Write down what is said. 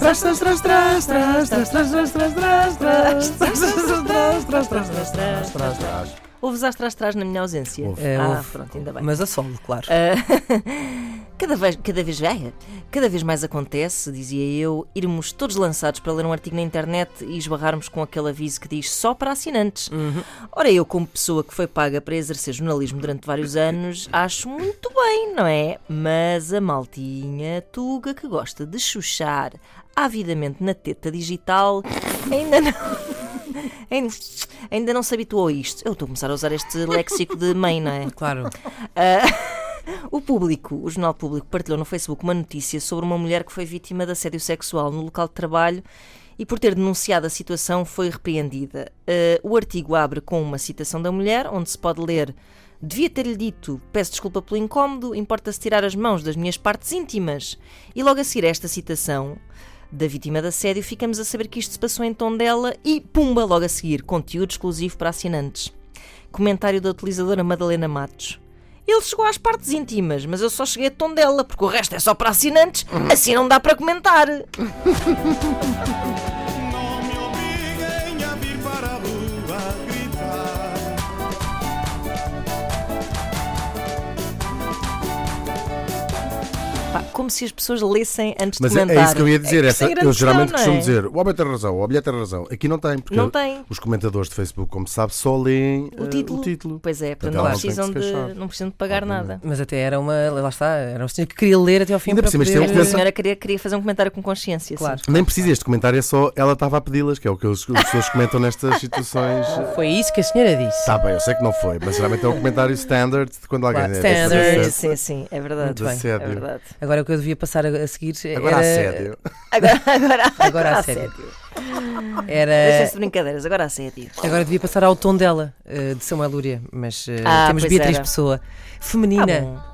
Trás, trás, trás, trás, trás, trás, trás, trás, trás, trás, trás, trás, trás, trás, trás, trás, trás, trás, trás, trás. Ouves às trás trás na minha ausência. Ouve. É, ah, ouve. pronto, ainda bem. Mas a solo, claro. Ah, cada vez, cada vez, ai, cada vez mais acontece, dizia eu, irmos todos lançados para ler um artigo na internet e esbarrarmos com aquele aviso que diz só para assinantes. Ora, eu, como pessoa que foi paga para exercer jornalismo durante vários anos, acho muito bem, não é? Mas a maltinha tuga que gosta de chuchar avidamente na teta digital ainda não. Ainda, ainda não se habituou a isto. Eu estou a começar a usar este léxico de mãe, não é? Claro. Ah, O público, o Jornal Público, partilhou no Facebook uma notícia sobre uma mulher que foi vítima de assédio sexual no local de trabalho e, por ter denunciado a situação, foi repreendida. Eh, o artigo abre com uma citação da mulher, onde se pode ler: Devia ter-lhe dito, peço desculpa pelo incómodo, importa-se tirar as mãos das minhas partes íntimas. E logo a seguir a esta citação. Da vítima de assédio, ficamos a saber que isto se passou em tom dela e, pumba, logo a seguir, conteúdo exclusivo para assinantes. Comentário da utilizadora Madalena Matos. Ele chegou às partes íntimas, mas eu só cheguei a tom dela, porque o resto é só para assinantes, Uhum. assim não dá para comentar. Não me obriguem a vir para a rua gritar. Pá, como se as pessoas lessem antes Mas de é, comentar. é isso que eu ia dizer. É essa, que isso é grande eu geralmente questão, costumo não é? dizer: o homem tem razão, o mulher tem razão. Aqui não tem, porque Não tem. os comentadores de Facebook, como se sabe, só leem eh, O título. o título. Pois é, portanto Portanto, não ela não tem que precisam, Uhum. se de, queixar. não precisam de pagar nada. Mas até era uma. Lá está, era um senhor que queria ler até ao fim Ainda para por cima, isto é um poder... A Pensa- senhora queria, queria fazer um comentário com consciência. Claro. sim. Nem precisa este comentário, é só ela estava a pedi-las, que é o que os- as pessoas comentam nestas situações. Foi isso que a senhora disse. Está bem, eu sei que não foi, mas geralmente é um comentário standard de quando alguém Claro, é standard. dezessete. Sim, sim, sim, é verdade. De bem, é assédio. verdade. Agora o que eu devia passar a a seguir Agora era. assédio. Agora, agora, Agora há sério. Era. Deixem-se de brincadeiras, agora há Tá sério. Agora devia passar ao tom dela, eh, de Samuel Lúria, mas eh, Ah, temos pois Beatriz era. Pessoa, feminina, Ah,